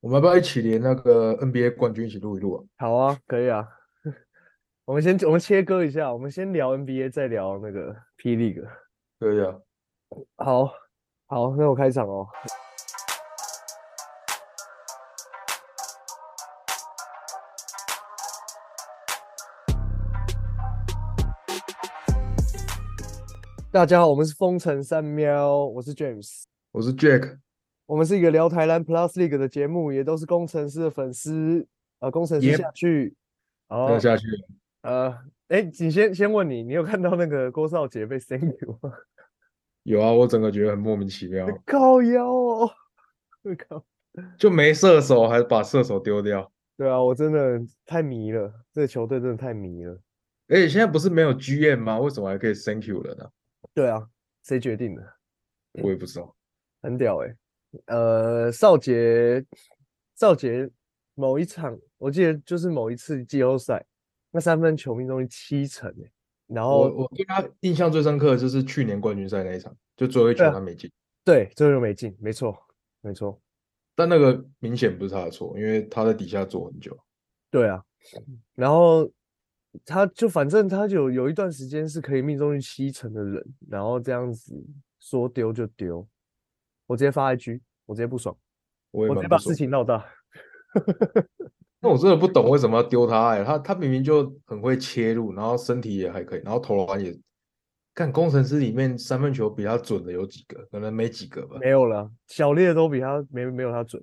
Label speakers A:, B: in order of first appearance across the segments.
A: 我们要不要一起连那个 NBA 冠军一起录一录啊？
B: 好啊，可以啊。 我们先我们切割一下，我们先聊 NBA，再聊那个 P League。
A: 对呀、啊，
B: 好，好，那我开场哦。大家好，我们是风城三喵，我是 James，
A: 我是 Jack，
B: 我们是一个聊台湾 Plus League 的节目，也都是工程师的粉丝。呃，工程师
A: Yep
B: 下去。
A: 那
B: 哦，
A: 下去
B: 呃，哎，你先先问你，你有看到那个郭少杰被 Thank you 吗？
A: 有啊，我整个觉得很莫名其妙，
B: 靠腰哦，我靠！
A: 就没射手，还把射手丢掉。
B: 对啊，我真的太迷了，这个球队真的太迷了。
A: 而且现在不是没有 GM 吗？为什么还可以 Thank you 了呢？
B: 对啊，谁决定的？
A: 我也不知道。
B: 很屌哎、呃，少杰，少杰某一场，我记得就是某一次季后赛，那三分球命中率七成哎、然
A: 我
B: 后
A: 我对他印象最深刻的就是去年冠军赛那一场，就最后一球
B: 对啊
A: 他没进，
B: 对，最后又没进，没错，没错，
A: 但那个明显不是他的错，因为他在底下坐很久。
B: 对啊，然后他就反正他就有有一段时间是可以命中率七成的人，然后这样子说丢就丢，我直接发 IG，我直接不爽，
A: 我也
B: 我直
A: 蛮
B: 接
A: 不
B: 把
A: 爽
B: 事。情闹大。
A: 那我真的不懂为什么要丢他哎、他他明明就很会切入，然后身体也还可以，然后投篮也，看工程师里面三分球比他准的有几个？可能没几个吧。
B: 没有了，小烈都比他没没有他准。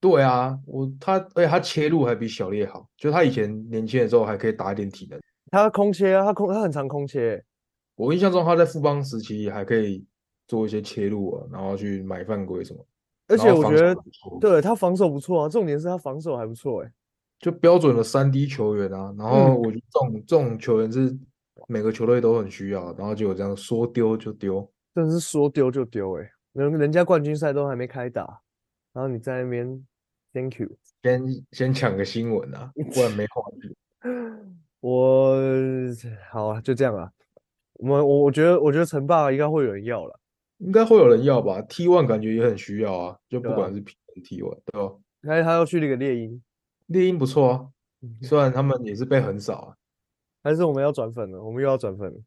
A: 对啊，我他而且他切入还比小烈好，就他以前年轻的时候还可以打一点体能。
B: 他空切啊，他空他很常空切，欸
A: 我印象中他在富邦时期还可以做一些切入啊，然后去买犯规什么。
B: 而
A: 然
B: 且
A: 后
B: 我
A: 防
B: 觉
A: 守
B: 得
A: 也不错
B: 对他防守不错啊，重点是他防守还不错哎、
A: 就标准的三 D 球员啊。然后
B: 嗯
A: 我觉得这种这种球员是每个球队都很需要，然后结果这样说丢就丢。
B: 真的是说丢就丢哎、人人家冠军赛都还没开打，然后你在那边，Thank you。
A: 先 先抢个新闻啊，不然没话 题。
B: 我好啊，就这样啊。我们我我觉得我觉得陈霸应该会有人要了，
A: 应该会有人要吧？T one 感觉也很需要啊，就不
B: 对啊
A: 管是 P T one 对吧？
B: 他他要去那个猎鹰，
A: 猎鹰不错啊，虽然他们也是被很少啊。
B: 还是我们要转粉了？我们又要转粉了。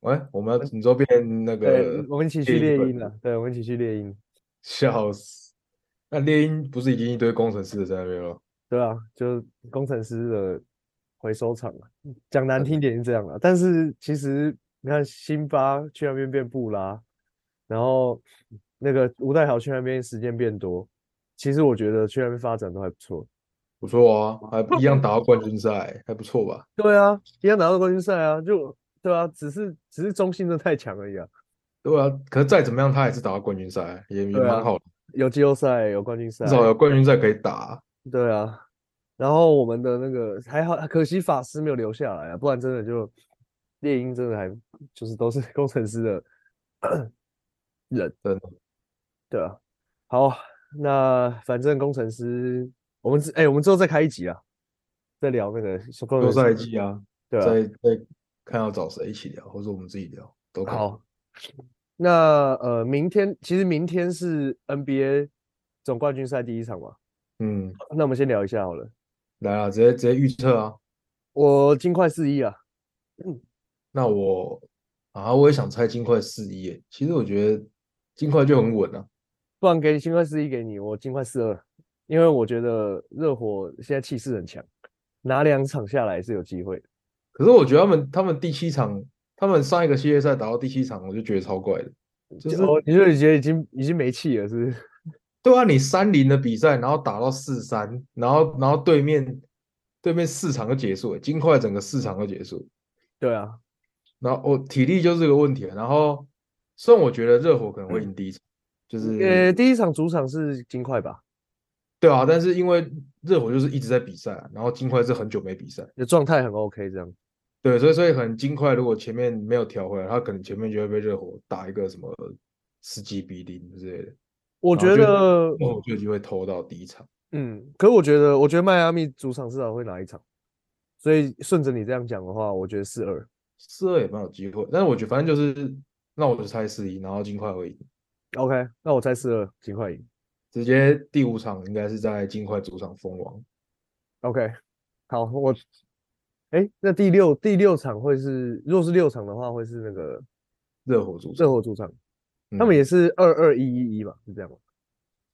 A: 喂，我们要你说变那
B: 对
A: 个，
B: 我们一起
A: 猎
B: 去猎
A: 鹰粉
B: 鹰了。对，我们一起去猎鹰。
A: 笑死！那猎鹰不是已经一堆工程师在那边了？
B: 对啊，就是工程师的回收厂啊，讲难听点是这样啊，但是其实你看，辛巴去那边变布拉，然后那个吴岱豪去那边时间变多，其实我觉得去那边发展都还不错。
A: 不错啊，还一样打到冠军赛，还不错吧？
B: 对啊，一样拿到冠军赛啊，就对啊，只是只是中性的太强而已啊，
A: 对啊，可是再怎么样，他还是打到冠军赛，也也
B: 对
A: 蛮
B: 啊
A: 好的，
B: 有季后赛，有冠军
A: 至少
B: 赛，
A: 有冠军赛可以打。
B: 对啊。然后我们的那个还好，可惜法师没有留下来啊，不然真的就猎鹰真的还就是都是 工程师的人，
A: 真的
B: 对啊。好，那反正工程师，我们之哎、我们之后再开一集啊，再聊那个
A: 休
B: 工程
A: 赛
B: 师，
A: 季啊，
B: 对啊。
A: 再再看要找谁一起聊，或者我们自己聊都可以。
B: 好，那呃，明天其实明天是 NBA 总冠军赛第一场嘛，
A: 嗯，
B: 那我们先聊一下好了。
A: 来啊，直接直接预测啊。
B: 我金块四一啊，
A: 那我啊，我也想猜金块四一耶。其实我觉得金块就很稳啊。
B: 不然给你金块四一给你，我金块四二，因为我觉得热火现在气势很强，拿两场下来是有机会的。
A: 可是我觉得他们他们第七场，他们上一个系列赛打到第七场，我就觉得超怪的。就
B: 就是哦，你就觉得已经已经没气了，是不是？
A: 对啊，你三零的比赛，然后打到四三，然后然后对面对面四场就结束了，金块整个四场就结束了。
B: 对啊，
A: 然后我、哦体力就是个问题了。然后虽然我觉得热火可能会赢第一场，就是
B: 嗯呃，第一场主场是金块吧，
A: 对啊，但是因为热火就是一直在比赛啊，然后金块是很久没比赛，
B: 就状态很 OK 这样。
A: 对，所以所以可能金块如果前面没有调回来，他可能前面就会被热火打一个什么十几比零之类的，
B: 啊我
A: 然
B: 觉
A: 后就
B: 得，
A: 热火就有机会偷到第一场。
B: 嗯，可我觉得，我觉得迈阿密主场至少会拿一场，所以顺着你这样讲的话，我觉得四二
A: 四二也蛮有机会，但是我觉得反正就是，那我就猜四一，然后金块会赢。
B: ，OK，那我猜四二，尽快赢。
A: 直接第五场应该是在金块主场封王。
B: OK，好，我，哎，那第六第六场会是，如果是六场的话，会是那个
A: 热火主场，
B: 热火主场，他们
A: 嗯
B: 也是二二一一一嘛，是这样吗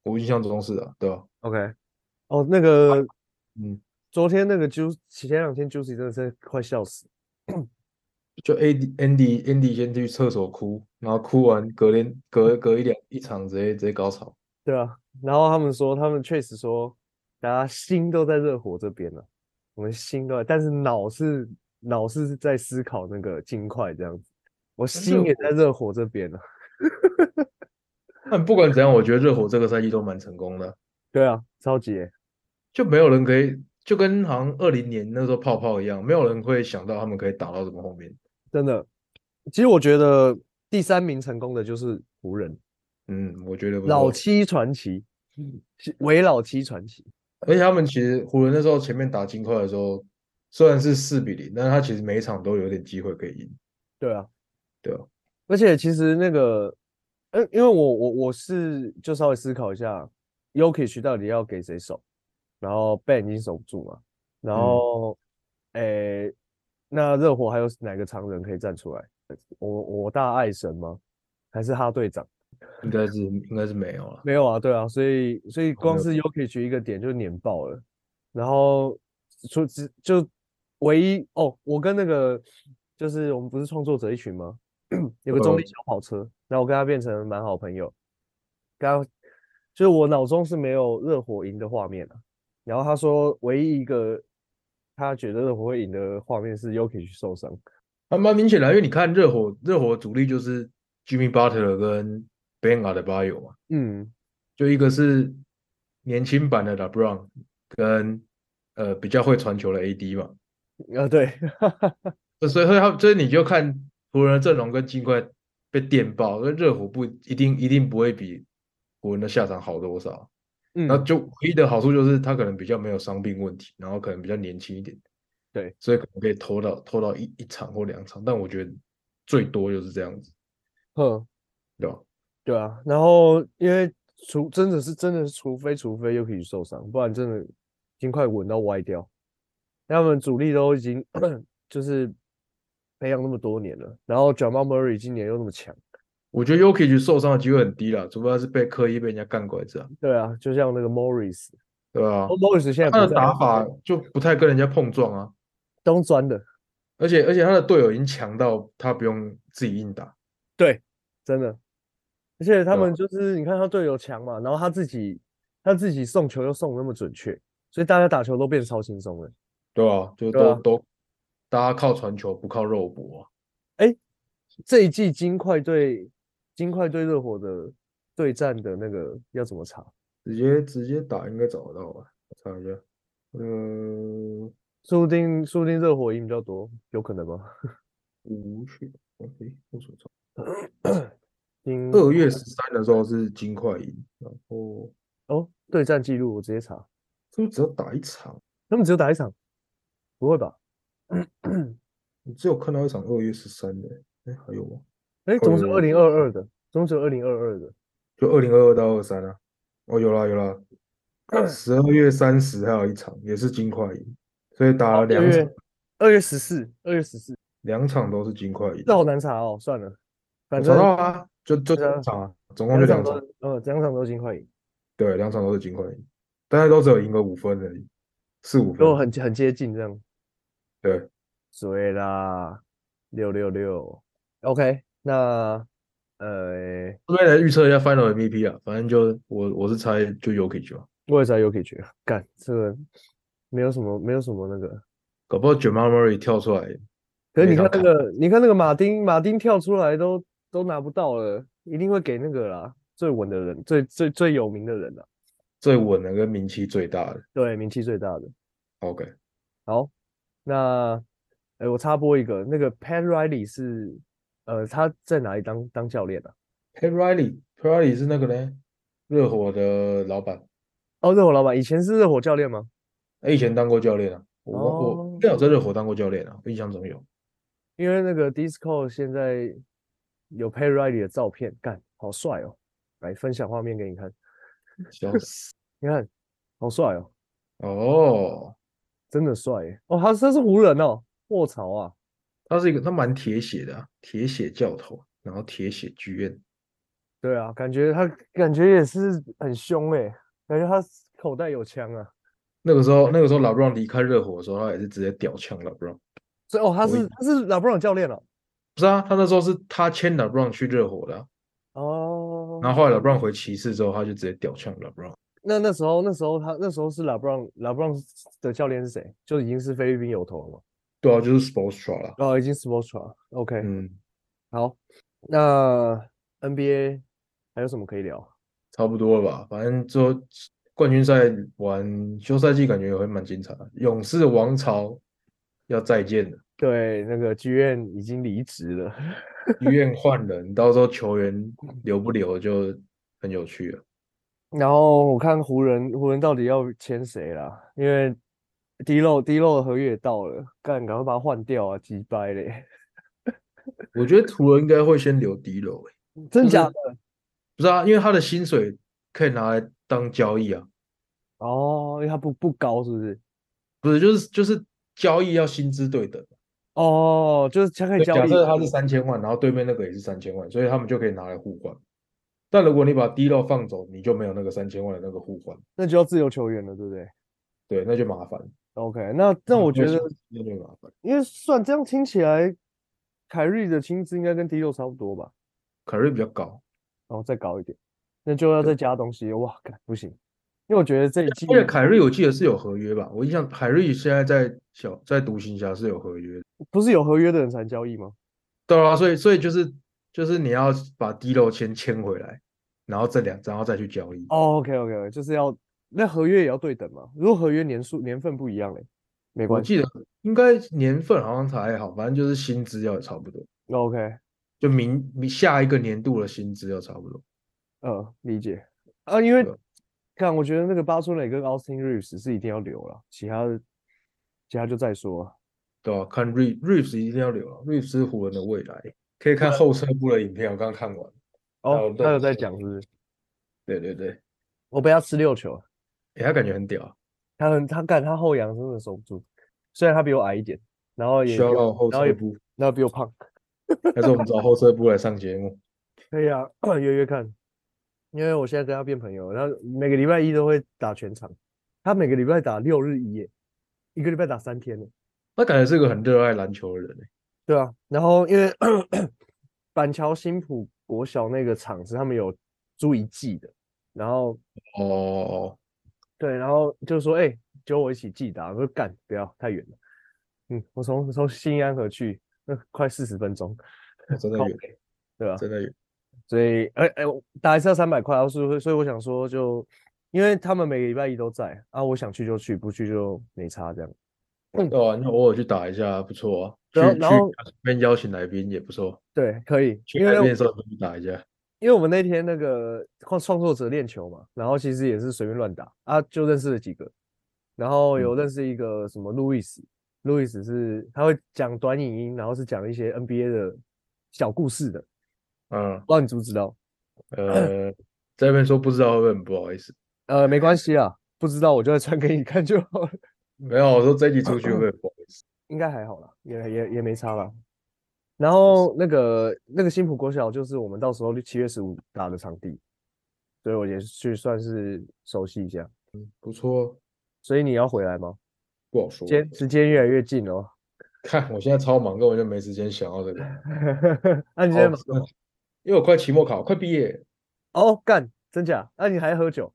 A: 我印象中是的，对吧？
B: ？OK，哦，那个
A: 嗯，
B: 昨天那个 Juice，前两天 Juicy 真的是快笑死，
A: 就 A D Andy Andy 先去厕所哭，然后哭完隔天隔隔一两一场直接直接高潮。
B: 对啊，然后他们说，他们确实说，大家心都在热火这边了，我们心都在，但是脑是脑是在思考那个金块这样子，我心也
A: 火
B: 在热火这边了。
A: 但不管怎样，我觉得热火这个赛季都蛮成功的，
B: 对啊，超级欸
A: 就没有人可以就跟好像二零年那时候泡泡一样，没有人会想到他们可以打到这么后面。
B: 真的。其实我觉得第三名成功的就是湖人，
A: 嗯，我觉嗯得不
B: 老
A: 错
B: 七传奇，是伪老七传奇。
A: 而且他们其实湖人那时候前面打金块的时候，虽然是四比零，但是他其实每一场都有点机会可以赢，
B: 对啊，
A: 对哦吧？
B: 而且其实那个，呃，因为我我我是就稍微思考一下 y o k i c 到底要给谁守，然后 Ben 已经守不住嘛，
A: 嗯
B: 然后，诶、那热火还有哪个常人可以站出来？我我大爱神吗？还是哈队长？
A: 应该是应该是没有了。
B: 没有啊，对啊，所以所以光
A: 哦没有
B: 是 y o k i c 一个点就碾爆了，然后除只就唯一哦，我跟那个就是我们不是创作者一群吗？ 有个中立
A: 嗯
B: 小跑车，然后我跟他变成蛮好朋友，刚就是我脑中是没有热火赢的画面的、然后他说唯一一个他觉得热火会赢的画面是 y o k i c 受伤，
A: 还蛮明显的啊，因为你看热火，热火的主力就是 Jimmy Butler 跟 Ben Adebayo 嘛，
B: 嗯，
A: 就一个是年轻版的 LeBron，跟呃比较会传球的 AD 嘛，
B: 啊对，
A: 所以所以他所以你就看湖人的阵容跟金块被电爆，那热火不一定一定不会比湖人的下场好多少，
B: 嗯
A: 那就唯一的好处就是他可能比较没有伤病问题，然后可能比较年轻一点，
B: 对，
A: 所以可能可以拖到拖到一一场或两场，但我觉得最多就是这样子，
B: 哼。
A: 对吧？
B: 对啊，然后因为除真的是真的是，除非除非 Yuki 受伤，不然真的已经快稳到歪掉。他们主力都已经 就是培养那么多年了，然后 Jamal Murray 今年又那么强，
A: 我觉得 Yuki 受伤的机会很低啦，除非他是被刻意被人家干拐子啊，
B: 对啊，就像那个 Morris，
A: 对吧、
B: 哦 Morris 现在
A: 他
B: 不
A: 的
B: 在
A: 打法
B: 啊
A: 就不太跟人家碰撞啊，
B: 东钻的，
A: 而且而且他的队友已经强到他不用自己硬打，
B: 对，真的，而且他
A: 对啊
B: 们就是你看他队友强嘛，然后他自己他自己送球又送那么准确，所以大家打球都变超轻松了。
A: 对吧、就
B: 对
A: 都、
B: 啊
A: 都大家靠传球不靠肉搏啊、
B: 这一季金块对金块对热火的对战的那个要怎么查？
A: 直接直接打应该找得到吧？我查一下，嗯，
B: 说不定说不定热火赢比较多，有可能吗？
A: 无哦趣。OK，我手找。
B: 金
A: 二月十三的时候是金块赢，然后
B: 哦，对战记录我直接查，
A: 是不是只要打一场？
B: 他们只有打一场，不会吧？
A: 我只有看到一场二月十三的，哎，还有吗？
B: 哎，总是
A: 呃
B: 二零二二的，总是二零二二的，
A: 就二零二二到二三啊。哦，有啦有啦，十二月三十还有一场，也是金块赢，所以打了
B: 哦二
A: 两场
B: 月，二月十四，二月十四，
A: 两场都是金块赢。
B: 这好难查哦，算了，
A: 我
B: 反
A: 查
B: 正
A: 到啊，就就
B: 对啊
A: 两场啊，总共
B: 两
A: 就
B: 场
A: 两场，
B: 都是，呃，两场都金块赢，
A: 对，两场都是金块赢，但是都只有赢个五分而已，四五
B: 都
A: 分，
B: 很很接近这样。
A: 嗯对，
B: 对啦，六六六，OK，那呃，
A: 这边来预测一下 Final MVP 啊，反正就我我是猜就 y o k i 嘛，
B: 我也在 UK 觉得，干这个没有什么，没有什么那个。
A: 搞不好 Jamal Murray 跳出来，
B: 可是
A: 非
B: 你看
A: 常砍
B: 那个，你看那个马丁，马丁跳出来都都拿不到了，一定会给那个啦，最稳的人，最最最有名的人啦，
A: 最稳的跟名气最大的
B: 对，名气最大的。
A: ，OK，
B: 好，那哎，我插播一个，那个 Pat Riley 是呃他在哪里当当教练啊？
A: Pat Riley，Pat Riley 是那个呢，热火的老板，
B: 哦，热火老板以前是热火教练吗？
A: 他以前当过教练啊，我忘我
B: 哦
A: 应该有在热火当过教练啊，印象中有。
B: 因为那个 Discord 现在有 Pat Riley 的照片，干，好帅哦！来分享画面给你看。
A: 笑 死！
B: 你看，好帅哦，
A: 哦，
B: 真的帅耶！哦，他他是湖人哦，卧槽啊！
A: 他是一个他蛮铁血的啊、铁血教头，然后铁血剧院，
B: 对啊，感觉他感觉也是很凶诶，感觉他口袋有枪啊。
A: 那个时候那个时候老布朗离开热火的时候，他也是直接屌枪老布朗。
B: 所以哦，他
A: 我以
B: 是他是老布朗教练哦。
A: 不是啊，他那时候是他签老布朗去热火的啊、
B: 哦，
A: 然后后来老布朗回骑士之后，他就直接屌枪老布朗。
B: 那那时候那时候他那时候是老布朗老布朗的教练是谁？就已经是菲律宾有头了嘛？
A: 对啊，就是 Sportstra 啦。
B: 哦，已经 Sportstra。OK，
A: 嗯，
B: 好，那 NBA 还有什么可以聊？
A: 差不多了吧。反正最后冠军赛完休赛季，感觉也会蛮精彩的。勇士王朝要再见了，
B: 对，那个剧院已经离职了。
A: 医院换人，到时候球员留不留就很有趣了。
B: 然后我看湖人，湖人到底要签谁啦？因为迪漏迪漏的合约也到了，干赶快把他换掉啊！急掰嘞，
A: 我觉得图伦应该会先留迪罗、欸，
B: 真
A: 就是
B: 假的？
A: 不是啊，因为他的薪水可以拿来当交易啊，
B: 哦，因为他不不高是不是？
A: 不是就是就是交易要薪资对等。
B: 哦，就是他可以
A: 对
B: 交
A: 假
B: 易
A: 设他是三千万，然后对面那个也是三千万，所以他们就可以拿来互换。但如果你把 D 肉放走，你就没有那个三千万的那个互换，
B: 那就要自由球员了，对不对
A: 对，那就麻烦。
B: ？OK，那
A: 嗯
B: 那我觉得，
A: 那就麻烦。
B: 因为算这样听起来，凯瑞的薪资应该跟迪漏差不多吧，
A: 凯瑞比较高，
B: 然后再高一点，那就要再加东西。哇，干不行，因为我觉得这一季
A: 而且凯瑞我记得是有合约吧？我印象凯瑞现在在小在独行侠是有合约的，
B: 不是有合约的人才能交易吗？
A: 对啊，所以所以就是就是你要把 D 肉先签回来，然后这两然后再去交易。
B: 哦，OK OK，就是要那合约也要对等嘛。如果合约年数年份不一样嘞，没
A: 我
B: 关系。
A: 记得应该年份好像还好，反正就是薪资要差不多，
B: OK，
A: 就明明下一个年度的薪资要差不多。
B: 呃，理解。啊，因为
A: 对
B: 看我觉得那个巴春磊跟 Austin Reeves 是一定要留了，其他的其他就再说了。
A: 对啊，看 Re Reeves 一定要留啊，Reeves 是湖人的未来，可以看
B: 啊
A: 后车部的影片，我刚看完。
B: 哦，
A: 有
B: 他有
A: 对
B: 在讲是不是？
A: 对对对，
B: 我被他吃六球，
A: 诶他感觉很屌啊，
B: 他很他干他后仰真的守不住，虽然他比我矮一点，然后也
A: 需要
B: 比我
A: 到后
B: 然后也
A: 车部，
B: 然后比我胖。
A: 还是我们找后车部来上节目？
B: 可以啊， 约约看，因为我现在跟他变朋友，然后每个礼拜一都会打全场，他每个礼拜打六日一夜，一个礼拜打三天呢。
A: 他感觉是个很热爱篮球的人欸、
B: 对啊，然后因为 板桥新浦国小那个场子他们有租一季的，然后
A: 哦，
B: 对，然后就说哎，揪我一起寄啊打，我说干不要太远了，嗯，我从从新安河去，那快四十分钟，
A: 真的
B: 哦靠
A: 远，
B: 北对啊吧？
A: 真的远。
B: 所以，哎、哎，我打一次要三百块，啊所以所以我想说就，因为他们每个礼拜一都在啊，我想去就去，不去就没差这样。
A: 对啊，你偶尔去打一下不错啊，去
B: 然后然后
A: 去那边邀请来宾也不错，
B: 对，可以，
A: 去
B: 因
A: 那边
B: 为
A: 的时候去打一下。
B: 因为我们那天那个创创作者练球嘛，然后其实也是随便乱打啊，就认识了几个，然后
A: 嗯
B: 有认识一个什么路易斯，路易斯是他会讲短影音，然后是讲一些 NBA 的小故事的，
A: 嗯，
B: 不知道你知不知道？
A: 呃，在那边说不知道会不会很不好意思？
B: 呃，没关系啊，不知道我就会传给你看就好了，
A: 没有，我说这一集出去会不会很不好意思？
B: 应该还好啦，也也也没差啦。然后那个那个新浦国小就是我们到时候七月十五打的场地，所以我也是去算是熟悉一下。
A: 不错，啊
B: 所以你要回来吗？
A: 不好说
B: 时。间时间越来越近哦。
A: 看，我现在超忙，根本就没时间想到这个。
B: 啊那、你现在忙什么
A: 哦因为我快期末考，快毕业，
B: 哦，干，真假？那、你还喝酒？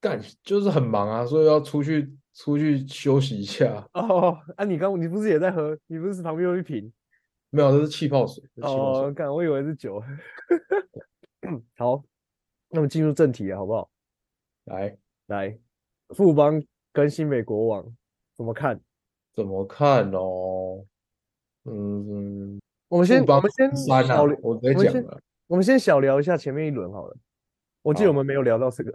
A: 干就是很忙啊，所以要出去出去休息一下。
B: 哦，啊，你刚你不是也在喝？你不是旁边有一瓶？
A: 没有，这是气泡水，这是气泡
B: 哦
A: 水。，
B: 干，我以为是酒。 好，那么进入正题啊，好不好？
A: 来，
B: 来，富邦跟新美国王怎么看？
A: 怎么看哦？嗯，
B: 我们先
A: 富邦
B: 我们先
A: 三啊
B: 小聊，，
A: 我直
B: 我们
A: 接讲
B: 先
A: 了。
B: 我们先小聊一下前面一轮好了。我记得我
A: 好
B: 们没有聊到这个，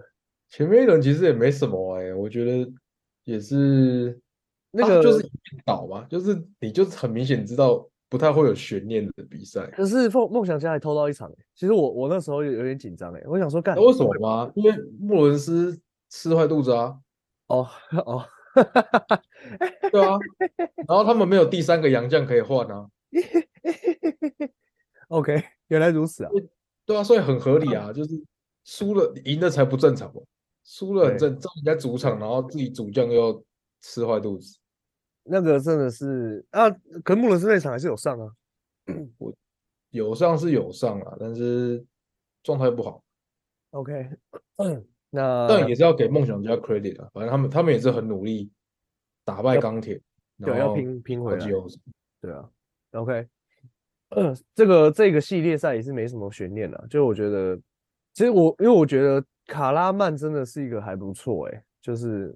A: 前面一轮其实也没什么哎，我觉得也是啊
B: 那
A: 啊就
B: 个
A: 是一面倒嘛，就是你就是很明显知道不太会有悬念的比赛。
B: 可是梦梦想家还偷到一场、欸，其实我我那时候有有点紧张哎，我想说干
A: 那为什么吗？因为穆伦斯吃坏肚子啊，
B: 哦哦，
A: 对啊，然后他们没有第三个洋将可以换啊，
B: OK，原 来如此啊！
A: 对啊，所以很合理
B: 嗯
A: 啊，就是输了赢了才不正常嘛，输了很
B: 对
A: 正，在人家主场，然后自己主将又吃坏肚子，
B: 那个真的是啊，可是穆伦斯那场还是有上啊。
A: 有上是有上啊，但是状态不好，
B: OK，那
A: 但也是要给梦想家 credit 啊，反正他们他们也是很努力打败钢铁，
B: 对
A: 然
B: 要
A: 后
B: 拼拼
A: 到
B: 回来
A: 季，后赛
B: 对啊。OK，这呃个这个系列赛也是没什么悬念了、就我觉得，其实我因为我觉得卡拉曼真的是一个还不错诶、就是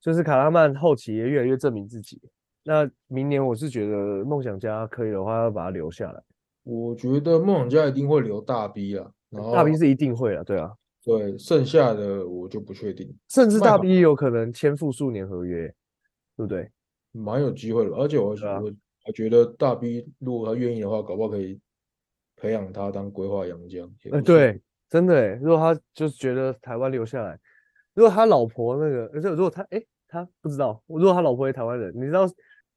B: 就是卡拉曼后期也越来越证明自己。那明年我是觉得梦想家可以的话，要把他留下来。
A: 我觉得梦想家一定会留大 B 啊，然后
B: 大 B 是一定会啊，对啊，
A: 对剩下的我就不确定，
B: 甚至
A: 麦
B: 大
A: 考
B: B 有可能签复数年合约，对不对？
A: 蛮有机会的，而且我
B: 对啊
A: 我我觉得大 B 如果他愿意的话，搞不好可以培养他当规划洋将。也不
B: 呃，
A: 错，
B: 对，真的欸，如果他就是觉得台湾留下来，如果他老婆那个，呃而且如果他诶，他不知道，如果他老婆也台湾人，你知道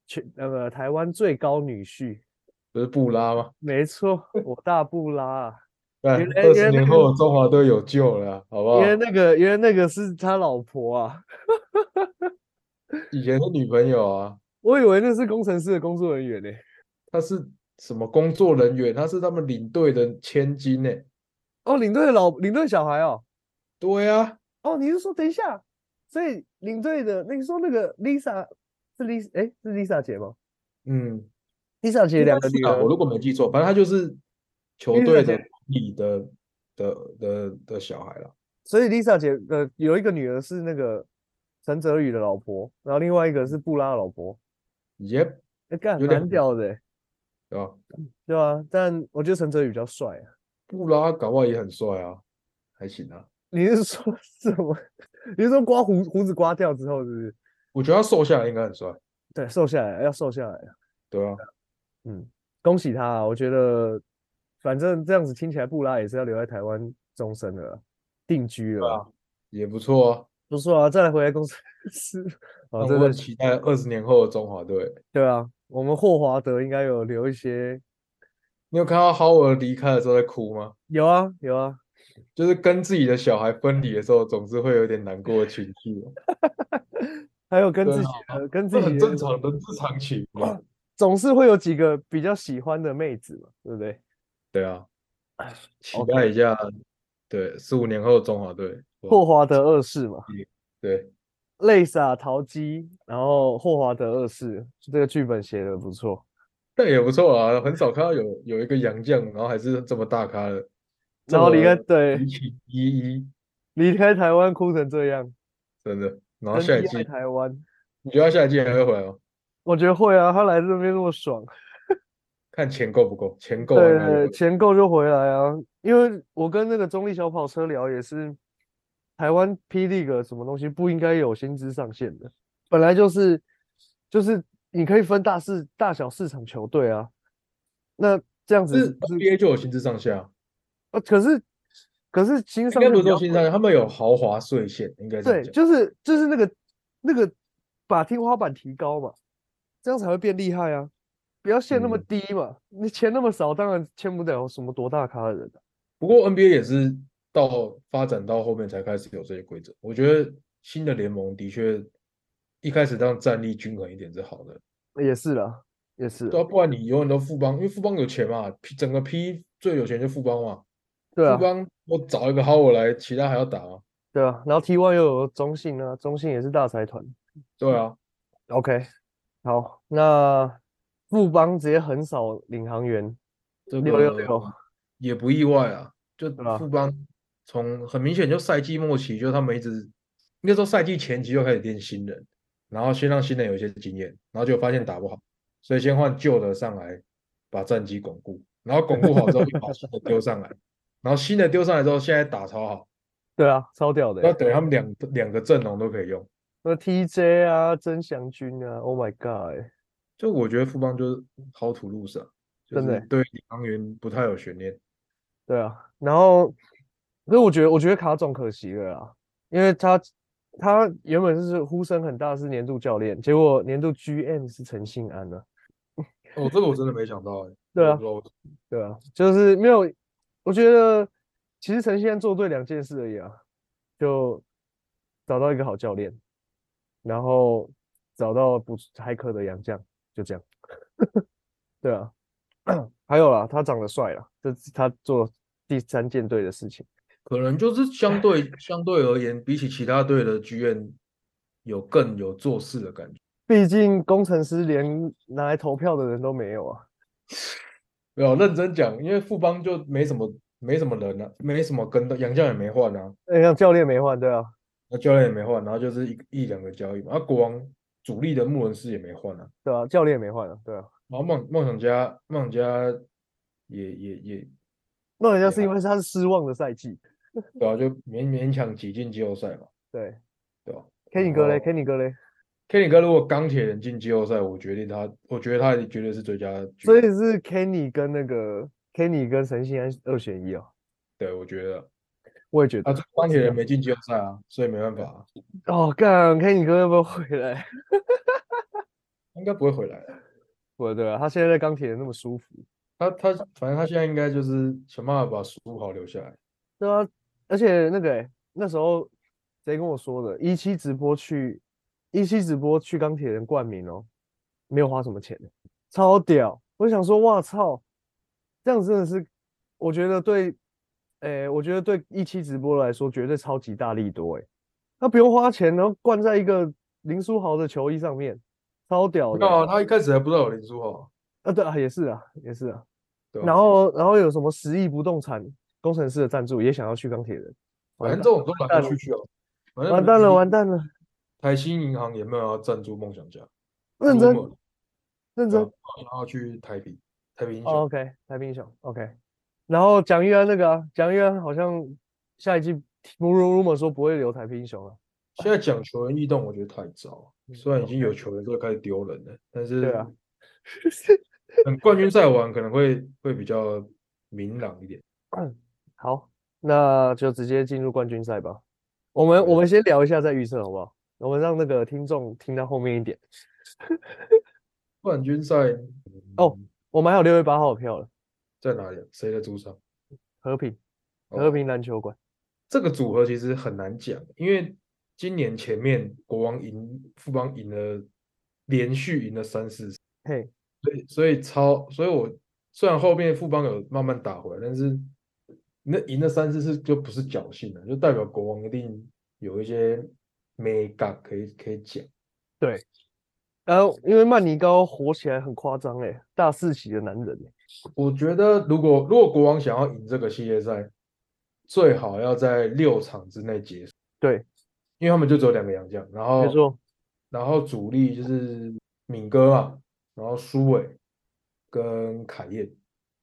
B: 全那个台湾最高女婿，
A: 不是布拉吗？
B: 没错，我大布拉 啊，
A: 对，
B: 原来
A: 二十
B: 原来
A: 年
B: 那
A: 后中华队有救了啊，好不好
B: 因？为那个因为那个是他老婆啊，
A: 以前的女朋友啊，
B: 我以为那是工程师的工作人员呢、
A: 她是什么工作人员？她是他们领队的千金呢、
B: 哦，领队的老领队小孩哦，
A: 对啊，
B: 哦，你是说等一下，所以领队的那个说那个 Lisa 是 Lisa 哎是 Lisa 姐吗
A: 嗯，
B: ？Lisa 姐
A: 应
B: 两
A: 该
B: 个
A: 是
B: 女
A: 啊
B: 儿
A: 我如果没记错，反正她就是球
B: 因为
A: 队
B: 她
A: 的管理的的的的小孩了。
B: 所以 Lisa 姐呃有一个女儿是那个陈哲宇的老婆，然后另外一个是布拉的老婆，
A: 也
B: 哎、干
A: 有点
B: 蛮
A: 合
B: 屌的欸、
A: 对吧？
B: 对啊，但我觉得陈哲宇比较帅啊。
A: 布拉搞不好也很帅啊，还行啊。
B: 你是说什么？你是说刮胡胡子刮掉之后是不是？
A: 我觉得他瘦下来应该很帅，
B: 对，瘦下来要瘦下来，
A: 对啊，
B: 嗯，恭喜他啊！我觉得反正这样子听起来，布拉也是要留在台湾终身的定居了
A: 对
B: 啦，
A: 啊，也不错啊。
B: 不错啊，再来回来公司是，
A: 那
B: 哦，
A: 我
B: 真的
A: 很期待二十年后的中华队。
B: 对啊，我们霍华德应该有留一些，
A: 你有看到 Howard 离开的时候在哭吗？
B: 有啊有啊，
A: 就是跟自己的小孩分离的时候，总是会有点难过的情绪哦嘛，
B: 还有跟
A: 对
B: 自己
A: 啊
B: 的，跟自
A: 这
B: 己
A: 很
B: 的
A: 正常，人之常 情嘛。
B: 总是会有几个比较喜欢的妹子嘛，对不对？
A: 对啊，期
B: OK
A: 待一下，对，十五年后的中华队，哇
B: 霍华德二世嘛，
A: 对，
B: 泪洒桃姬，然后霍华德二世这个剧本写的不错，
A: 但也不错啊，很少看到有有一个洋将，然后还是这么大咖的，这
B: 然后离开
A: 么
B: 对
A: 一起一一，
B: 离开台湾哭成这样，
A: 真的。然后
B: 真
A: 下一
B: 热
A: 季
B: 爱，台湾，
A: 你觉得他下一季还会回来吗？
B: 我觉得会啊，他来这边那么爽，
A: 看钱够不够，钱够
B: 对
A: 应该
B: 对，
A: 就
B: 钱够就回来啊，因为我跟那个中立小跑车聊也是，台湾 P League 什么东西不应该有薪资上限的，本来就是就是你可以分大市大小市场球队啊，那这样子
A: 是
B: 是不是
A: NBA 就有薪资上啊下，
B: 呃，可是可是薪资
A: 应
B: 上
A: 该
B: 限
A: 不是
B: 比
A: 有
B: 较
A: 薪资
B: 贵
A: 上下，他们有豪华税线，应该是
B: 对，就是就是那个那个把天花板提高嘛，这样才会变厉害啊，不要限那么
A: 嗯
B: 低嘛，你钱那么少，当然签不了什么多大咖的人啊。
A: 不过 NBA 也是到发展到后面才开始有这些规则。我觉得新的联盟的确一开始让战力均衡一点是好的，
B: 也是啦，也是
A: 对啊，不然你永远都富邦，因为富邦有钱嘛，P- 整个 P 最有钱就富邦嘛。
B: 对啊
A: 富，邦我找一个 Howard 来，其他还要打吗？
B: 对啊。然后 T1 又有中信啊，中信也是大财团。
A: 对啊，
B: OK，好，那富邦直接横扫领航员，
A: 这
B: 六六
A: 个
B: 六，
A: 也不意外啊。就
B: 对啊
A: 富邦从很明显就赛季末期，就他们一直应该说赛季前期就开始练新人，然后先让新人有一些经验，然后就发现打不好，所以先换旧的上来把战绩巩固，然后巩固好之后又把新的丢上来，然后新的丢上来之后，现在打超好，
B: 对啊，超屌的
A: 那
B: 欸。
A: 等于他们两两个阵容都可以用。
B: 那 TJ 啊，曾祥军啊，Oh my God，欸
A: 就我觉得富邦就是好土路上，就
B: 真的欸
A: 是对李康源不太有悬念。
B: 对啊，然后，所以我觉得，我觉得卡总可惜了啦，因为他他原本就是呼声很大是年度教练，结果年度 GM 是陈信安呢、
A: 哦，这个我真的没想到、欸。
B: 对
A: 我
B: 啊
A: 不知道为什么
B: 对啊，就是没有，我觉得其实陈信安做对两件事而已啊，就找到一个好教练，然后找到不还可的洋将，就这样。 对啊，还有啦，他长得帅啦，这是他做第三舰队的事情。
A: 可能就是相对相对而言，比起其他队的剧院有更有做事的感觉。
B: 毕竟工程师连拿来投票的人都没有啊。
A: 没有认真讲，因为富邦就没什么没什么人啊，没什么跟的，杨将也没换啊，
B: 那像教练没换，对啊，
A: 那教练也没换，然后就是一一两个交易嘛。啊，国王主力的穆伦斯也没换啊，
B: 对啊，教练没换啊，对啊。
A: 然后梦梦想家梦想家也也也
B: 那人家是
A: 也
B: 因为他是失望的赛季，
A: 对啊，就勉勉强挤进季后赛嘛，
B: 对。
A: 对吧、
B: Kenny
A: 然
B: 哥嘞
A: 后
B: ，Kenny 哥嘞，
A: Kenny 哥如果钢铁人进季后赛，我决定他，我觉得他绝对是最佳巨
B: 所以
A: 人。
B: 是 Kenny 跟那个 Kenny 跟陈信安二选一哦，
A: 对，我觉得
B: 我也觉
A: 啊，
B: 得。
A: 这钢铁
B: 是
A: 人
B: 啊
A: 没进季后赛啊，所以没办法啊、
B: 哦，干，Kenny 哥要不要回来？
A: 应该不会回来啊。
B: 不对啊，他现在在钢铁人那么舒服，
A: 他他反正他现在应该就是想办法把苏豪留下来。
B: 对啊，而且那个欸、那时候谁跟我说的？一期直播去一期直播去钢铁人冠名哦，没有花什么钱欸，超屌！我想说，哇操，这样真的是，我觉得对，诶，我觉得对一期直播来说，绝对超级大力多诶，他不用花钱，然后灌在一个林书豪的球衣上面，超屌
A: 没有啊，
B: 的。
A: 他一开始还不知道有林书豪啊，
B: 啊，对啊，也是啊，也是啊。
A: 对吧
B: 然后，然后有什么十亿不动产工程师的赞助，也想要去钢铁人，
A: 反
B: 完
A: 正这种都来
B: 蛋
A: 来
B: 了
A: 去去哦。反正
B: 完
A: 你
B: 蛋了，
A: 你
B: 完蛋了！
A: 台新银行也没有要赞助梦想家，
B: 认真
A: 真
B: 认真
A: 然。后去台北，台北英雄。
B: 哦，OK，台冰熊，OK。然后蒋玉安那个啊，蒋玉安好像下一季 rumor rumor 说不会留台冰熊了。啊
A: 现在讲球员异动，我觉得太早
B: 嗯
A: 了。虽然已经有
B: OK
A: 球员都开始丢人了，但
B: 对
A: 是
B: 啊，
A: 等冠军赛完可能会会比较明朗一点。
B: 好，那就直接进入冠军赛吧。我们我
A: 对
B: 们先聊一下再预测好不好？我们让那个听众听到后面一点。
A: 冠军赛
B: 哦
A: 嗯
B: 我们还有六月八号的票了，
A: 在哪里啊？谁的主场？
B: 和平
A: 哦
B: 和平篮球馆。
A: 这个组合其实很难讲，因为今年前面国王赢富邦赢了，连续赢了三四次，
B: 嘿，
A: 所以所以超，所以我虽然后面富邦有慢慢打回来，但是那赢了三四次就不是侥幸了，就代表国王一定有一些美感可以可以讲。
B: 然后因为曼尼高火起来很夸张哎，大四喜的男人欸
A: 我觉得如果如果国王想要赢这个系列赛，最好要在六场之内结束，
B: 对，
A: 因为他们就只有两个洋将，然后
B: 没错，
A: 然后主力就是敏哥啊，然后苏伟跟凯燕，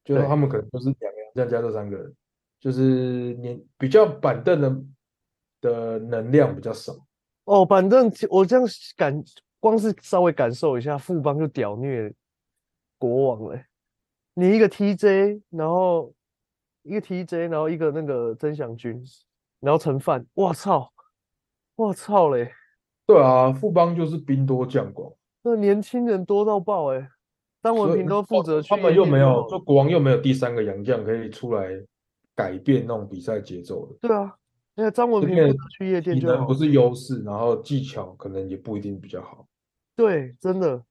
A: 就是
B: 对
A: 他们可能就是两个人再加这三个人，就是年比较板凳的的能量比较少。
B: 哦，反正其我这样是感，光是稍微感受一下，富邦就屌虐国王了欸。你一个 TJ，然后一个 TJ，然后一个那个曾祥军，然后陈范，我操，我操嘞，
A: 对啊，富邦就是兵多将广，
B: 那年轻人多到爆哎！张文
A: 所以
B: 平都
A: 国
B: 负责去哦
A: 他们
B: 夜
A: 又
B: 店
A: 没
B: 就
A: 有，
B: 好
A: 就
B: 了
A: 国王又没有第三个洋将可以出来改变那种比赛节奏的，
B: 对啊，而且张文
A: 这
B: 平
A: 边
B: 负
A: 的
B: 责去夜店
A: 体
B: 就
A: 能
B: 好
A: 不
B: 了
A: 是优势，然后技巧可能也不一定比较好。
B: 对，真的，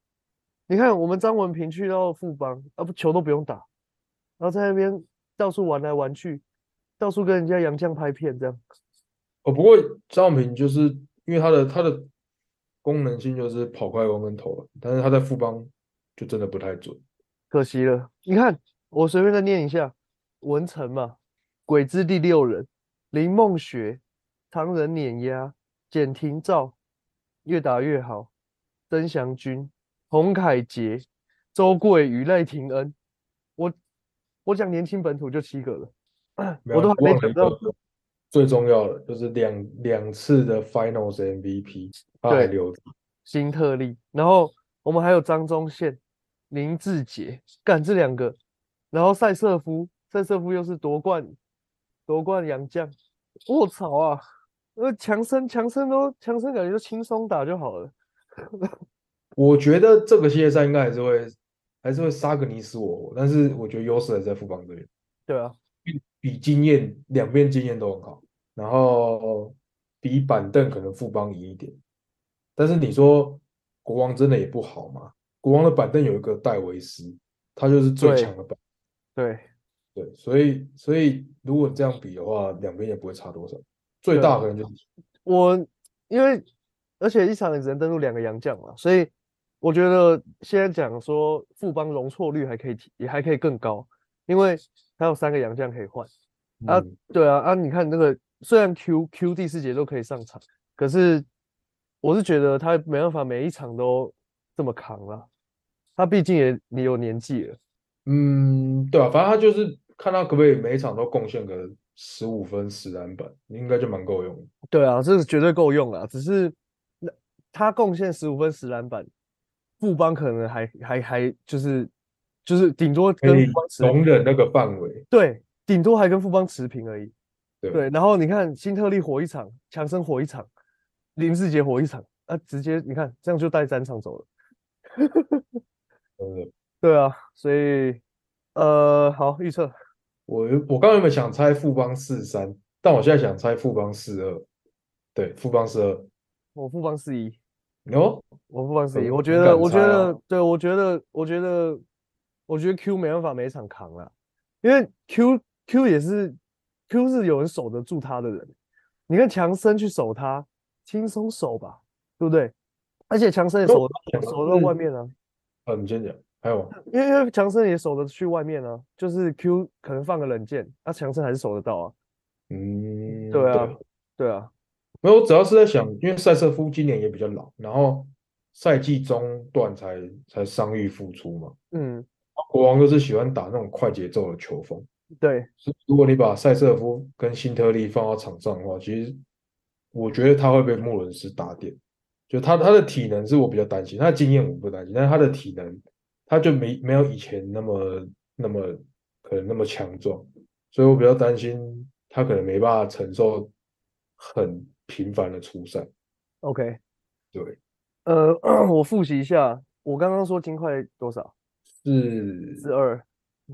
B: 你看我们张文平去到富邦，啊不球都不用打，然后在那边到处玩来玩去，到处跟人家洋将拍片这样。
A: 哦，不过张永平就是因为他的他的功能性就是跑快攻跟投篮，但是他在富邦就真的不太准。
B: 可惜了，你看我随便再念一下，文成嘛，鬼之第六人，林梦雪，唐人碾压，简廷照，越打越好，曾祥军，洪凯杰，周桂宇，赖廷恩，我我讲年轻本土就七个了，
A: 没有
B: 我都还没
A: 忘了
B: 讲
A: 一
B: 到。
A: 个最重要的，就是两两次的 Finals MVP，他还
B: 对
A: 留着。
B: 新特利，然后我们还有张宗宪、林志杰，干这两个，然后塞瑟夫，塞瑟夫又是夺冠夺冠洋将，我操啊！呃，强森，强森都强森感觉就轻松打就好了，
A: 我觉得这个系列赛应该还是会还是会杀个你死我活，但是我觉得优势还是在富邦这边，
B: 对啊，
A: 比经验两边经验都很好，然后比板凳可能富邦赢一点，但是你说国王真的也不好嘛？国王的板凳有一个戴维斯，他就是最
B: 对
A: 强的板
B: 对，
A: 对，所以所以如果这样比的话，两边也不会差多少，最
B: 对
A: 大可能就是
B: 我因为而且一场也只能登录两个洋将嘛，所以我觉得现在讲说富邦容错率还可以提，也还可以更高，因为还有三个洋将可以换。啊
A: 嗯
B: 对啊啊！你看那个，虽然 Q Q 第四节都可以上场，可是我是觉得他没办法每一场都这么扛了、他毕竟也也有年纪了，
A: 嗯，对啊，反正他就是看他可不可以每一场都贡献个十五分、十篮板，应该就蛮够用的。
B: 对啊，这是绝对够用了。只是那他贡献十五分十篮板，富邦可能还还还就是就是顶多
A: 可
B: 跟
A: 以
B: 富邦持
A: 容忍那个范围，
B: 对，顶多还跟富邦持平而已。
A: 对
B: 对，然后你看新特利火一场，强森火一场，林志杰火一场，啊，直接你看这样就带三场走了。
A: 真的。
B: 对啊，所以呃，好预测，
A: 我我刚刚原本想猜富邦四三，但我现在想猜富邦四二，对，富邦四二。
B: 我富邦四一，
A: 哦，
B: 我富邦四
A: 很
B: 一，我
A: 很
B: 觉得，
A: 敢
B: 我觉
A: 猜啊
B: 得，对，我觉得，我觉得，我觉得 Q 没办法每场扛了，因为 Q Q 也是 Q 是有人守得住他的人，你看强森去守他，轻松守吧，对不对？而且强森也
A: 那
B: 守
A: 我
B: 到
A: 想
B: 守到外
A: 是
B: 面啊，
A: 啊，你先讲，还有吗？
B: 因为因为强森也守得去外面啊，就是 Q 可能放个冷箭，那强森还是守得到啊，
A: 嗯，
B: 对啊，对啊，
A: 没有，我主要是在想，因为塞瑟夫今年也比较老，然后赛季中段才才伤愈复出嘛。
B: 嗯，
A: 国王就是喜欢打那种快节奏的球风，
B: 对。
A: 所以如果你把塞瑟夫跟辛特利放到场上的话，其实我觉得他会被穆伦斯打点。就他他的体能是我比较担心，他的经验我不担心，但是他的体能他就没没有以前那么那么可能那么强壮，所以我比较担心他可能没办法承受很频繁的出赛。
B: OK，
A: 对，
B: 呃，我复习一下，我刚刚说金块多少？
A: 是，
B: 是二，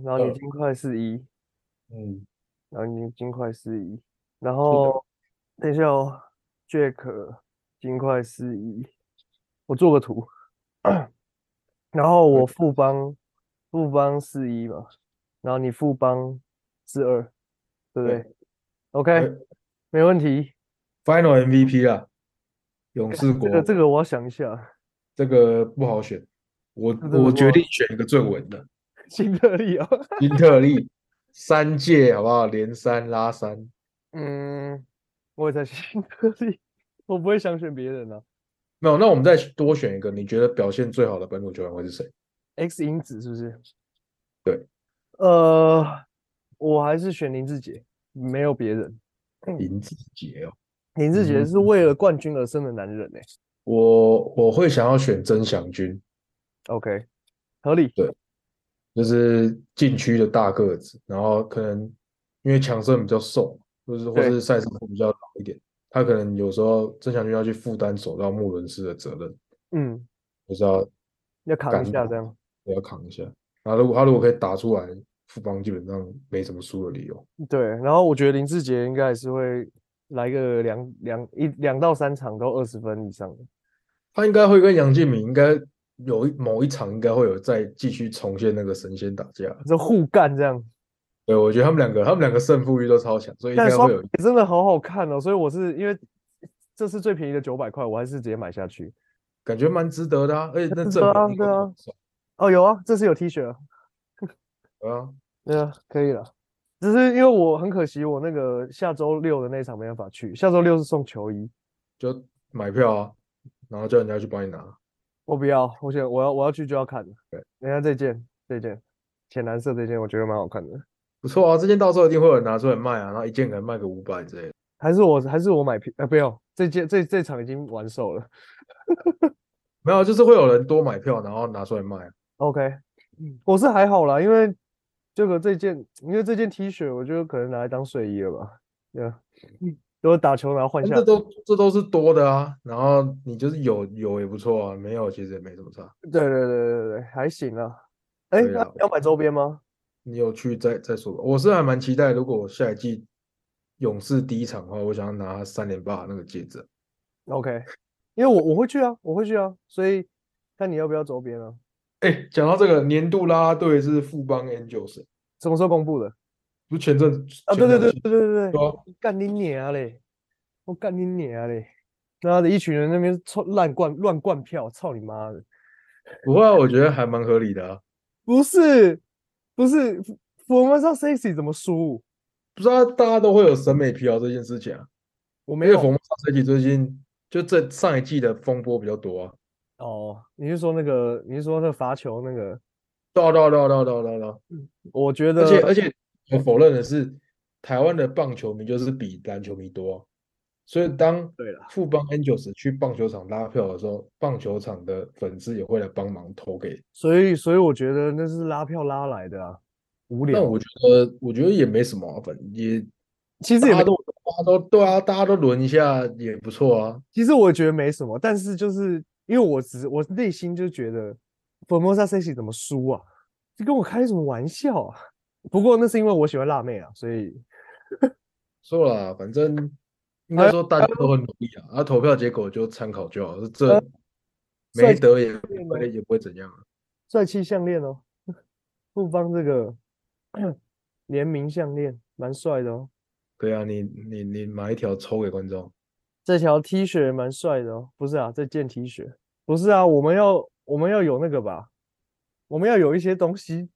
B: 然后你
A: 二
B: 金块是一，
A: 嗯，
B: 然后你金块是一，然后等一下哦，Jack 金块是一，我做个图， 然后
A: 嗯
B: 我富邦富邦是一嘛，然后你富邦是二，对不
A: 对
B: 对？OK，
A: 嗯哎
B: 没问题，
A: Final MVP 啊，勇士
B: 这
A: 国
B: 个这个我要想一下，
A: 这个不好选，我
B: 这个
A: 我决
B: 我
A: 定选一个最稳的，
B: 新特利啊，
A: 金特利三届好不好？连三拉三，
B: 嗯，我也在新特利，我不会想选别人啊。
A: 没有，那我们再多选一个，你觉得表现最好的本土球员会是谁？
B: X 因子是不是？
A: 对，
B: 呃，我还是选林志杰，没有别人。
A: 林志杰哦，
B: 林志杰是
A: 嗯
B: 为了冠军而生的男人呢、欸
A: 我我会想要选曾祥军，
B: OK，合理。
A: 就是禁区的大个子，然后可能因为强森比较瘦，就是或
B: 对
A: 是赛事比较老一点，他可能有时候曾祥军要去负担守到穆伦斯的责任，
B: 嗯，
A: 就是要
B: 要扛
A: 敢
B: 一下
A: 打
B: 这样。
A: 也要扛一下。然后如果他如果可以打出来，富邦基本上没什么输的理由。
B: 对，然后我觉得林志杰应该还是会来个两两一两到三场都二十分以上的。
A: 他应该会跟杨敬敏应该有一某一场应该会有再继续重现那个神仙打架。
B: 这互干这样，
A: 对，我觉得他们两个他们两个胜负欲都超强，所以应
B: 但
A: 该
B: 双
A: 会有。
B: 真的好好看哦，所以我是因为这是最便宜的九百块，我还是直接买下去。
A: 感觉蛮值得的啊，而且那
B: 值
A: 阵
B: 得
A: 容
B: 啊
A: 应
B: 对
A: 该
B: 啊
A: 很爽
B: 哦，有啊，这次有 T 恤啊。
A: 对啊，
B: 对啊，可以了。只是因为我很可惜，我那个下周六的那一场没办法去。下周六是送球衣，
A: 就买票啊，然后叫人家去帮你拿。
B: 我不要，我想我要我要去就要看了。
A: 对，
B: 等一下这件这件浅蓝色这件，我觉得蛮好看的。
A: 不错啊，这件到时候一定会有人拿出来卖啊，然后一件可能卖个五百之类的。
B: 还是我还是我买票，呃，不用，这件这这场已经完售了。
A: 没有，啊就是会有人多买票，然后拿出来卖。啊
B: OK，我是还好啦，因为这个这件，因为这件 T 恤，我觉得可能拿来当睡衣了吧，对啊，如果打球然后换
A: 但
B: 下
A: 这都这都是多的啊，然后你就是有有也不错啊，没有其实也没什么差。
B: 对对对对对，还行啊。哎，
A: 对
B: 那
A: 啊
B: 要买周边吗？
A: 你有去再再说吧。我是还蛮期待，如果下一季勇士第一场的话，我想要拿三连霸那个戒指。
B: OK，因为我我会去啊，我会去啊，所以看你要不要周边啊。
A: 哎，讲到这个年度啦啦队是富邦 N 九十，
B: 什么时候公布的？
A: 不是前阵
B: 啊，
A: 前
B: 对对
A: 两
B: 对
A: 季
B: 对对对
A: 对
B: 对，
A: 啊
B: 干你娘嘞！我干你娘嘞！妈的，一群人那边臭乱灌乱灌票，操你妈的！
A: 不过我觉得还蛮合理的啊。
B: 不是不是，我们知道 sexy 怎么输？
A: 不知道大家都会有审美疲劳这件事情啊，
B: 我没
A: 因为
B: 有
A: 冯上赛季最近就这上一季的风波比较多啊。
B: 哦，你是说那个？你是说那个罚球那个？
A: 对啊对啊对啊对啊对啊对啊对啊
B: 我觉
A: 而且
B: 得
A: 而且我否认的是，台湾的棒球迷就是比篮球迷多啊，所以当
B: 对了，
A: 富邦 N 九十去棒球场拉票的时候，棒球场的粉丝也会来帮忙投给。
B: 所以所以我觉得那是拉票拉来的啊，无
A: 但
B: 聊。
A: 我觉得我觉得也没什么啊，反也
B: 其实
A: 大
B: 也
A: 家
B: 没，
A: 都大家都对啊，大家都轮一下也不错啊。
B: 其实我觉得没什么，但是就是因为我只是我内心就觉得 Formosa sexy 怎么输啊？这跟我开什么玩笑啊？不过那是因为我喜欢辣妹啊，所以
A: 说了啦，反正应该说大家都很努力啊，然后投票结果就参考就好，这
B: 帅
A: 没得也
B: 对
A: 不
B: 吗
A: 会也不会怎样啊。
B: 帅气项链哦，富邦这个 联名项链蛮帅的哦，
A: 对啊，你你你买一条抽给观众，
B: 这条 T 恤也蛮帅的哦，不是啊，这件 T 恤不是啊，我们要我们要有那个吧，我们要有一些东西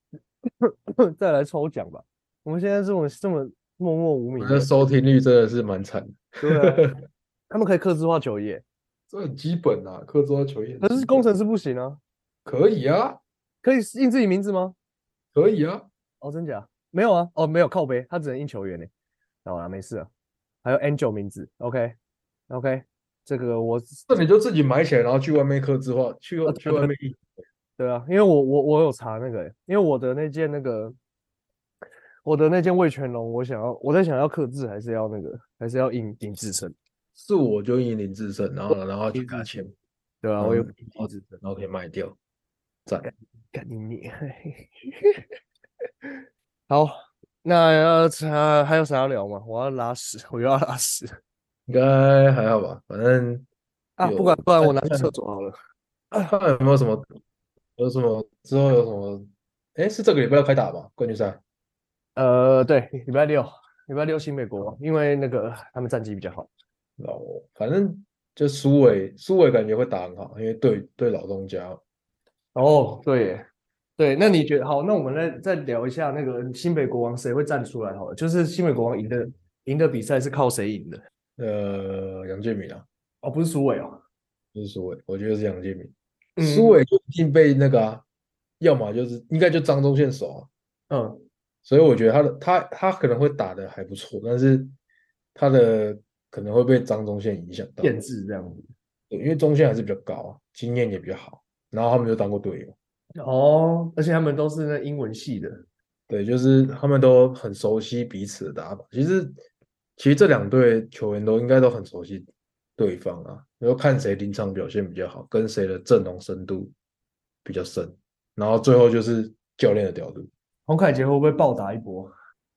B: 再来抽奖吧，我们现在这么这么默默无
A: 我
B: 名
A: 觉得
B: 的，
A: 收听率真的是蛮惨的。
B: 对啊， 他们可以刻字化酒业，
A: 这很基本啊，克州球员。
B: 可是工程师不行啊，
A: 可以啊，
B: 可以印自己名字吗？
A: 可以啊，
B: 哦，真假？没有啊，哦，没有靠背，他只能印球员呢。好啦，没事啊。还有 Angel 名字，OK，OK，、这个我是
A: 那你就自己买起来，然后去外面刻字化，去
B: 啊对
A: 去外面印。
B: 对啊，因为我我我有查那个欸，因为我的那件那个，我的那件魏全龙，我想要我在想要克制还是要那个，还是要印印制成，
A: 是我就印林志胜，然后然后去
B: 林
A: 给他
B: 志
A: 签，
B: 对啊，
A: 然后
B: 我有
A: 印林志胜，然后可以卖
B: 嗯
A: 掉。赞，
B: 干你你，好，那要查还有啥要聊吗？我要拉屎，我又要拉屎
A: 应该还好吧，反正
B: 啊！不
A: 有
B: 管不然，我拿去
A: 看
B: 厕所好了。
A: 看有没有什么，有什么之后有什么？哎，是这个礼拜要开打吧？冠军赛？
B: 呃，对，礼拜六，礼拜六新美国，因为那个他们战绩比较好。
A: 哦，反正就苏伟，苏伟感觉会打很好，因为对对老东家。
B: 哦，对耶，对，那你觉得好？那我们再再聊一下那个新北国王谁会站出来好了？就是新北国王赢的赢的比赛是靠谁赢的？
A: 呃，杨建民啊，
B: 哦，不是苏伟哦，
A: 不是苏伟，我觉得是杨建民。
B: 嗯
A: 苏伟就一定被那个啊，要么就是应该就张忠宪守啊，
B: 嗯，
A: 所以我觉得他的他他可能会打的还不错，但是他的可能会被张忠宪影响到，
B: 限制这样子。
A: 对因为忠宪还是比较高啊，经验也比较好，然后他们就当过队友，
B: 哦，而且他们都是那英文系的。
A: 对，就是他们都很熟悉彼此的打法。其实其实这两队球员都应该都很熟悉对方啊，然后看谁临场表现比较好，跟谁的阵容深度比较深，然后最后就是教练的调度。
B: 洪凯杰会不会暴打一波？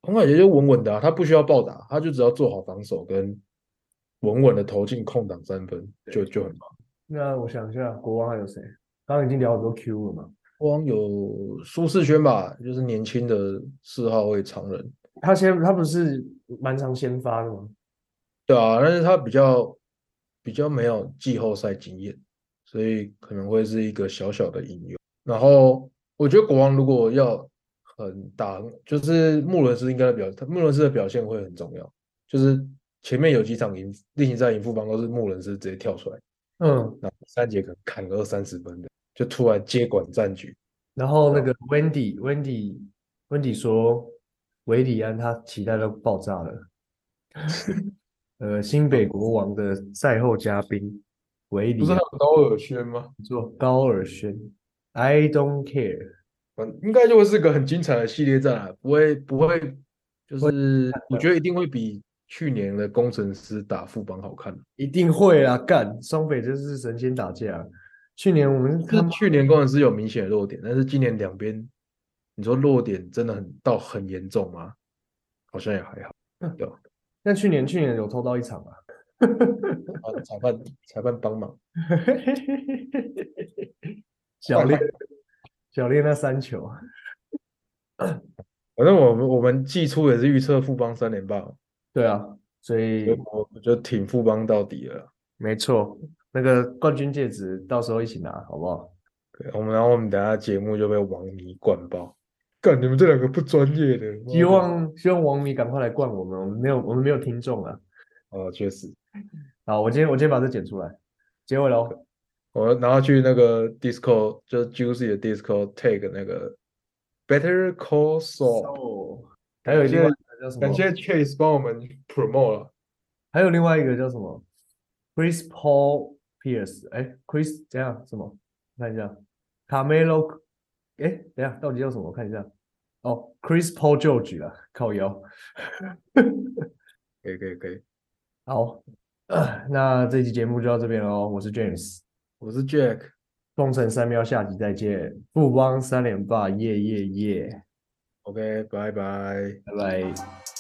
A: 洪凯杰就稳稳的啊、他不需要暴打，他就只要做好防守跟稳稳的投进空档三分，就就很棒。
B: 那我想一下，国王还有谁？刚刚已经聊很多 Q 了嘛，
A: 国王有舒适圈吧，就是年轻的四号位常人，
B: 他先他不是蛮常先发的吗？
A: 对啊，但是他比较比较没有季后赛经验，所以可能会是一个小小的隐忧。然后我觉得国王如果要很打，就是穆伦斯应该的表，穆伦斯的表现会很重要，就是前面有几场赢例行赛赢富邦都是穆伦斯直接跳出来。
B: 嗯，
A: 那第三节可能砍个二三十分的，就突然接管战局。
B: 然后那
A: 对
B: 个 Wendy Wendy Wendy 说，维里安他脐带都爆炸 了。呃，新北国王的赛后嘉宾，维
A: 不
B: 里
A: 是
B: 啊
A: 还有高尔宣吗？
B: 做高尔宣，I don't care，
A: 反应该就会是个很精彩的系列战啊，不会不会，就是我觉得一定会比去年的工程师打副帮好看。
B: 一定会啊！干，双北就是神仙打架啊。去年我们
A: 就
B: 他
A: 是
B: 妈
A: 去年工程师有明显的弱点，但是今年两边，你说弱点真的很到很严重吗？好像也还好。有
B: 那去年去年有偷到一场啊，
A: 啊，裁判裁判帮忙，
B: 小练小练那三球啊，
A: 反正我们我们季初也是预测富邦三连霸，
B: 对啊，所以
A: 所以我我就挺富邦到底了啦。啊
B: 没错，那个冠军戒指到时候一起拿，好不好？
A: 对，我们然后我们等下节目就被王迷灌爆，干你们这两个不专业的，妈
B: 希
A: 的
B: 望希望王迷赶快来灌我们，我们没有我们没有听众啊。
A: 哦，确实，
B: 好，我今天我今天把这剪出来，结尾喽。
A: 我然后去那个 Disco 就是 Juicy 的 Disco take 那个 Better Call Saul，
B: So，还有另外一个叫什么？
A: 感谢 Chase 帮我们 promote 了。
B: 还有另外一个叫什么？Chris Paul Pierce，哎，Chris 怎样？什么？我看一下，Carmelo，哎，等一下，到底叫什么？我看一下。哦，Chris Paul George 啦，靠腰。
A: 可以可以可以，
B: 好，呃那这期节目就到这边喽。我是 James，
A: 我是 Jack，
B: 风城三喵，下集再见。富邦三连霸，耶耶耶，
A: OK，拜拜。
B: 拜拜。